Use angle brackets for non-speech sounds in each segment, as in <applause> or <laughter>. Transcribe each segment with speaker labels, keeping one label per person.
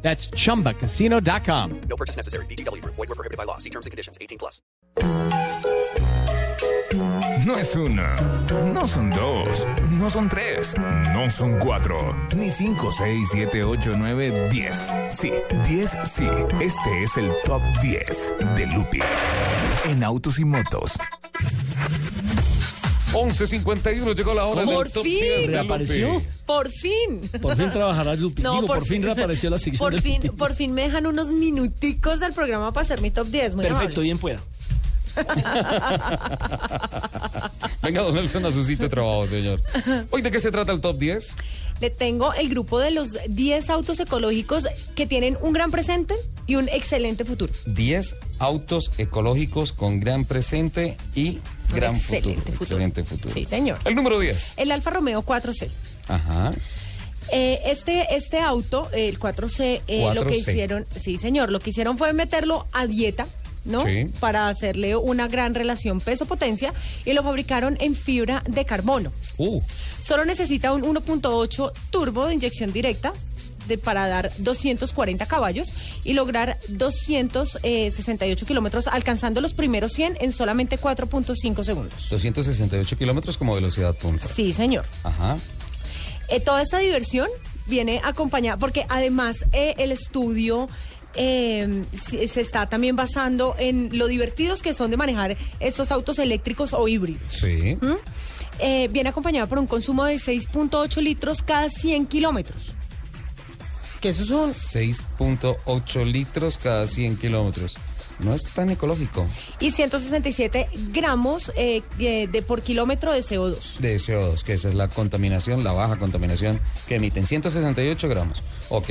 Speaker 1: That's chumbacasino.com.
Speaker 2: No purchase necessary. BGW. Void were prohibited by law. See terms and conditions. 18 plus.
Speaker 3: No es una, no son dos, no son tres, no son cuatro, ni cinco, seis, siete, ocho, nueve, diez. Sí, diez, sí. Este es el top 10 de Lupi en autos y motos.
Speaker 4: 11.51 llegó la hora
Speaker 5: ¡Por
Speaker 4: del top
Speaker 5: fin!
Speaker 4: 10 de
Speaker 6: ¿Reapareció?
Speaker 4: Lupe.
Speaker 5: Por fin.
Speaker 6: Por fin trabajará
Speaker 5: <laughs>
Speaker 6: Lupi.
Speaker 5: No,
Speaker 6: Digo, por,
Speaker 5: por
Speaker 6: fin
Speaker 5: fin.
Speaker 6: reapareció
Speaker 5: <laughs>
Speaker 6: la sección.
Speaker 5: Por
Speaker 6: del
Speaker 5: fin,
Speaker 6: Lupi.
Speaker 5: por fin me dejan unos minuticos del programa para hacer mi top 10. Muy
Speaker 6: Perfecto, bien pueda.
Speaker 4: Venga, don Nelson, a su sitio de trabajo, señor. Hoy, ¿de qué se trata el top 10?
Speaker 5: amables. Le tengo el grupo de los 10 autos ecológicos que tienen un gran presente y un excelente futuro.
Speaker 4: 10 autos ecológicos con gran presente y
Speaker 5: Un
Speaker 4: gran
Speaker 5: excelente
Speaker 4: futuro.
Speaker 5: futuro.
Speaker 4: Excelente futuro.
Speaker 5: Sí, señor. Eh.
Speaker 4: El número 10.
Speaker 5: El Alfa Romeo 4C.
Speaker 4: Ajá.
Speaker 5: Eh, este, este auto, el 4C, eh, lo que
Speaker 4: 4C.
Speaker 5: hicieron, sí señor, lo que hicieron fue meterlo a dieta, ¿no?
Speaker 4: Sí.
Speaker 5: Para hacerle una gran relación peso-potencia y lo fabricaron en fibra de carbono.
Speaker 4: Uh,
Speaker 5: Solo necesita un 1.8 turbo de inyección directa de- para dar 240 caballos y lograr 268 kilómetros, alcanzando los primeros 100 en solamente 4.5 segundos.
Speaker 4: 268 kilómetros como velocidad punta.
Speaker 5: Sí, señor.
Speaker 4: Ajá.
Speaker 5: Eh, toda esta diversión viene acompañada, porque además eh, el estudio eh, se se está también basando en lo divertidos que son de manejar estos autos eléctricos o híbridos.
Speaker 4: Sí.
Speaker 5: ¿Mm? Eh, viene acompañada por un consumo de 6.8 litros cada 100 kilómetros. Que eso es un...
Speaker 4: 6.8 litros cada 100 kilómetros. No es tan ecológico
Speaker 5: Y 167 gramos eh, eh, de por kilómetro de CO2.
Speaker 4: de CO2, que esa es la contaminación, la baja contaminación que emiten. 168 gramos. Ok.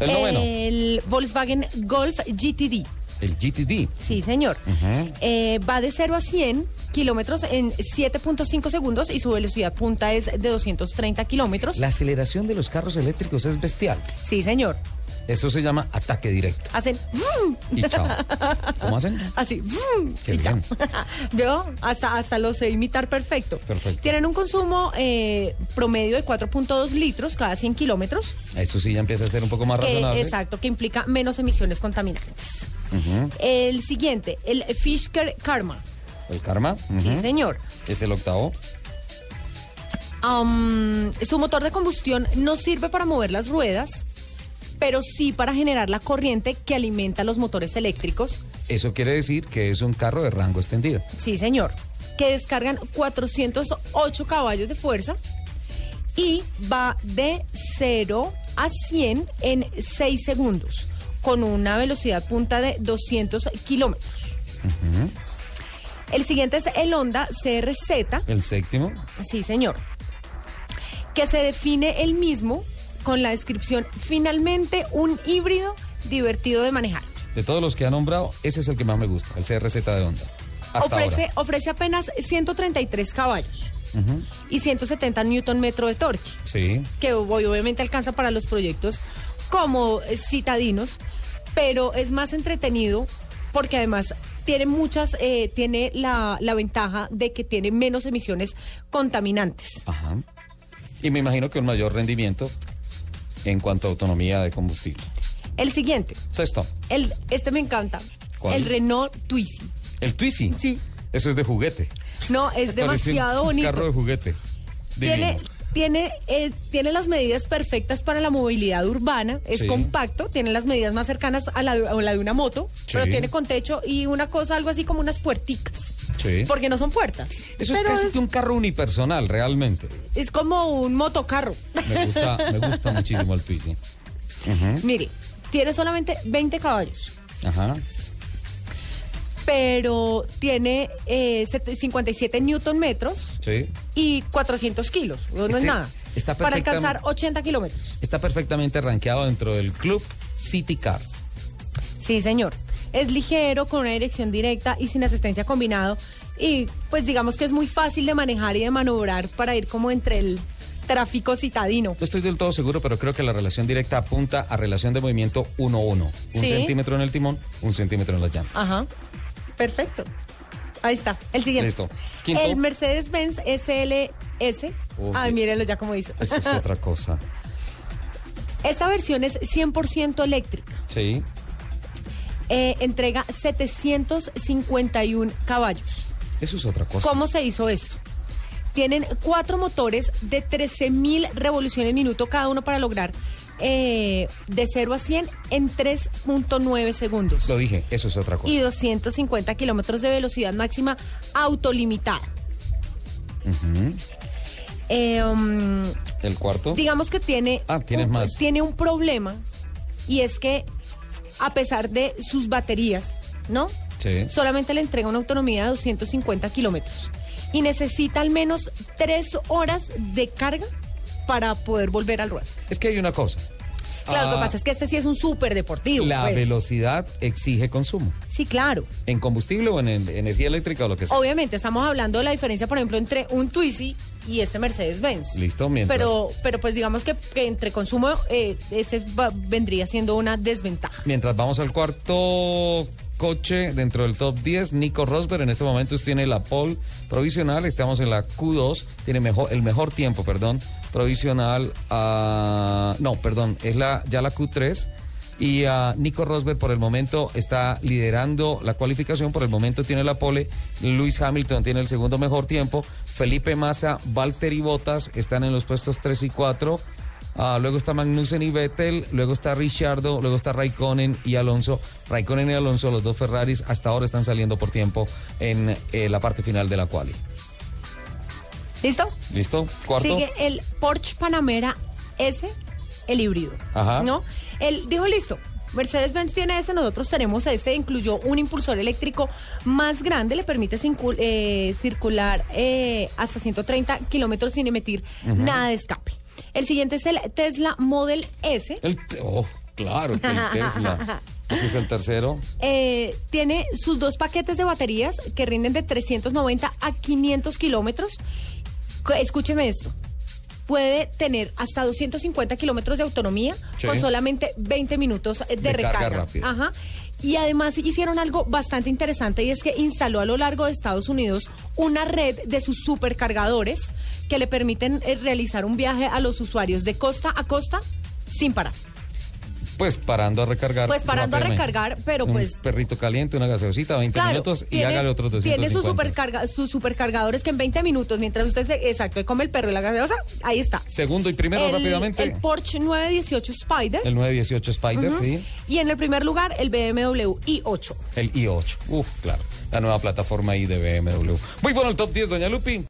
Speaker 4: El noveno.
Speaker 5: El Volkswagen Golf GTD.
Speaker 4: El GTD.
Speaker 5: Sí, señor.
Speaker 4: Ujú.
Speaker 5: Eh, va de 0 a 100 kilómetros en 7.5 segundos y su velocidad punta es de 230 kilómetros.
Speaker 4: La aceleración de los carros eléctricos es bestial.
Speaker 5: Sí, señor.
Speaker 4: Eso se llama ataque directo.
Speaker 5: Hacen... <laughs>
Speaker 4: Y chao. ¿Cómo hacen?
Speaker 5: Así.
Speaker 4: Qué
Speaker 5: y ya.
Speaker 4: bien.
Speaker 5: <laughs> Veo hasta, hasta lo sé imitar perfecto.
Speaker 4: Perfecto.
Speaker 5: Tienen un consumo eh, promedio de 4.2 litros cada 100 kilómetros.
Speaker 4: Eso sí ya empieza a ser un poco más
Speaker 5: que-
Speaker 4: razonable.
Speaker 5: exacto, que implica menos emisiones contaminantes. El siguiente, el Fisker Karma.
Speaker 4: El karma.
Speaker 5: Sí,
Speaker 4: ujú,
Speaker 5: señor.
Speaker 4: Es el octavo.
Speaker 5: Am, su motor de combustión no sirve para mover las ruedas, pero sí para generar la corriente que alimenta los motores eléctricos.
Speaker 4: Eso quiere decir que es un carro de rango extendido.
Speaker 5: Sí, señor. Que descargan 408 caballos de fuerza y va de 0 a 100 en 6 segundos, con una velocidad punta de 200 kilómetros. El siguiente es el Honda CRZ.
Speaker 4: El séptimo.
Speaker 5: Sí, señor. Que se define el mismo con la descripción finalmente un híbrido divertido de manejar.
Speaker 4: De todos los que ha nombrado, ese es el que más me gusta. El CRZ de Honda. Hasta
Speaker 5: ofrece,
Speaker 4: ahora.
Speaker 5: ofrece apenas 133 caballos y 170 newton metro de torque,
Speaker 4: Sí.
Speaker 5: que hoy obviamente alcanza para los proyectos como eh, citadinos, pero es más entretenido porque además tiene muchas, eh, tiene la, la ventaja de que tiene menos emisiones contaminantes.
Speaker 4: Ajá. Y me imagino que un mayor rendimiento en cuanto a autonomía de combustible.
Speaker 5: El siguiente,
Speaker 4: Sexto.
Speaker 5: el, este me encanta,
Speaker 4: ¿Cuál?
Speaker 5: el Renault Twizy.
Speaker 4: El Twizy.
Speaker 5: Sí.
Speaker 4: Eso es de juguete.
Speaker 5: No, es
Speaker 4: Parece un
Speaker 5: demasiado bonito.
Speaker 4: Carro de juguete.
Speaker 5: Tiene,
Speaker 4: Divino.
Speaker 5: tiene, eh, tiene las medidas perfectas para la movilidad urbana, es
Speaker 4: Sí.
Speaker 5: compacto, tiene las medidas más cercanas a la, de- a la de una moto,
Speaker 4: Sí.
Speaker 5: pero tiene con techo y una cosa, algo así como unas puerticas.
Speaker 4: Sí.
Speaker 5: Porque no son puertas.
Speaker 4: Eso es
Speaker 5: pero
Speaker 4: casi
Speaker 5: es,
Speaker 4: que un carro unipersonal, realmente.
Speaker 5: es como un motocarro. <laughs>
Speaker 4: Me gusta, me gusta muchísimo el Twizy.
Speaker 5: Mire, tiene solamente 20 caballos,
Speaker 4: Ajá.
Speaker 5: pero tiene eh, set- 57 newton metros
Speaker 4: Sí.
Speaker 5: y 400 kilos. No es
Speaker 4: Este
Speaker 5: nada.
Speaker 4: está
Speaker 5: para
Speaker 4: perfecta-
Speaker 5: alcanzar 80 kilómetros.
Speaker 4: Está perfectamente rankeado dentro del club City Cars.
Speaker 5: Sí, señor. es ligero, con una dirección directa y sin asistencia combinado. Y pues digamos que es muy fácil de manejar y de maniobrar para ir como entre el tráfico citadino.
Speaker 4: No estoy del todo seguro, pero creo que la relación directa apunta a relación de movimiento 1-1. Un
Speaker 5: Sí.
Speaker 4: centímetro en el timón, un centímetro en las llantas.
Speaker 5: Ajá. Perfecto. Ahí está. El siguiente.
Speaker 4: Listo. Quinto.
Speaker 5: El Mercedes-Benz SLS.
Speaker 4: Uy.
Speaker 5: Ay, mírenlo ya como hizo. <laughs>
Speaker 4: Eso es otra cosa.
Speaker 5: Esta versión es 100% eléctrica.
Speaker 4: Sí.
Speaker 5: Eh, entrega 751 caballos.
Speaker 4: Eso es otra cosa.
Speaker 5: ¿Cómo se hizo esto? Tienen cuatro motores de 13.000 revoluciones minuto cada uno para lograr eh, de 0 a 100 en 3.9 segundos.
Speaker 4: Lo dije, eso es otra cosa.
Speaker 5: y 250 kilómetros de velocidad máxima autolimitada. Eh, um,
Speaker 4: El cuarto.
Speaker 5: digamos que tiene,
Speaker 4: Ah, tienes
Speaker 5: un,
Speaker 4: más.
Speaker 5: tiene un problema y es que a pesar de sus baterías, ¿no?
Speaker 4: Sí.
Speaker 5: Solamente le entrega una autonomía de 250 kilómetros y necesita al menos tres horas de carga para poder volver al ruedo.
Speaker 4: Es que hay una cosa.
Speaker 5: Claro, lo
Speaker 4: Ah,
Speaker 5: que pasa es que este sí es un súper deportivo.
Speaker 4: La
Speaker 5: pues.
Speaker 4: velocidad exige consumo.
Speaker 5: Sí, claro.
Speaker 4: En combustible o en en energía eléctrica o lo que sea.
Speaker 5: Obviamente estamos hablando de la diferencia, por ejemplo, entre un Twizy y este Mercedes-Benz.
Speaker 4: Listo, mientras-
Speaker 5: Pero, pero pues digamos que, que entre consumo, eh, este va- vendría siendo una desventaja.
Speaker 4: Mientras vamos al cuarto coche dentro del top 10, Nico Rosberg en estos momentos tiene la pole provisional, estamos en la Q2, tiene mejor, el mejor tiempo, perdón, provisional a... No, perdón, es la, ya la Q3. Y ah, Nico Rosberg por el momento está liderando la cualificación, por el momento tiene la pole, Luis Hamilton tiene el segundo mejor tiempo, Felipe Massa, Valtteri Bottas están en los puestos 3 y 4. Ah, luego está Magnussen y Vettel, luego está Richardo, luego está Raikkonen y Alonso. Raikkonen y Alonso, los dos Ferraris, hasta ahora están saliendo por tiempo en eh, la parte final de la quali.
Speaker 5: ¿Listo?
Speaker 4: ¿Listo? Cuarto.
Speaker 5: Sigue el Porsche Panamera S, el híbrido.
Speaker 4: Ajá.
Speaker 5: ¿No? Él dijo, listo. Mercedes-Benz tiene ese, nosotros tenemos este, incluyó un impulsor eléctrico más grande, le permite cincu- eh, circular eh, hasta 130 kilómetros sin emitir nada de escape. El siguiente es el Tesla Model S.
Speaker 4: El te- oh,
Speaker 5: <laughs>
Speaker 4: claro, el Tesla. Ese es el tercero.
Speaker 5: Eh, tiene sus dos paquetes de baterías que rinden de 390 a 500 kilómetros. Co- Escúcheme esto. Puede tener hasta 250 kilómetros de autonomía
Speaker 4: Sí.
Speaker 5: con solamente 20 minutos eh, de,
Speaker 4: De carga
Speaker 5: recarga.
Speaker 4: rápida.
Speaker 5: Ajá. Y además hicieron algo bastante interesante y es que instaló a lo largo de Estados Unidos una red de sus supercargadores que le permiten eh, realizar un viaje a los usuarios de costa a costa sin parar.
Speaker 4: Pues parando a recargar.
Speaker 5: Pues parando a
Speaker 4: rápidamente.
Speaker 5: recargar, pero
Speaker 4: Un
Speaker 5: pues-
Speaker 4: perrito caliente, una gaseosita, 20 minutos y
Speaker 5: tiene-
Speaker 4: hágale otros 250.
Speaker 5: Tiene sus, supercarga, sus supercargadores que en 20 minutos, mientras usted se, exacto, come el perro y la gaseosa, ahí está.
Speaker 4: Segundo y primero
Speaker 5: El-
Speaker 4: rápidamente.
Speaker 5: El Porsche 918 Spider.
Speaker 4: El 918 Spider,
Speaker 5: Ujú.
Speaker 4: sí.
Speaker 5: Y en el primer lugar, el BMW i8.
Speaker 4: El i8. Uf, claro. La nueva plataforma ahí de BMW. Muy bueno el top 10, doña Lupi.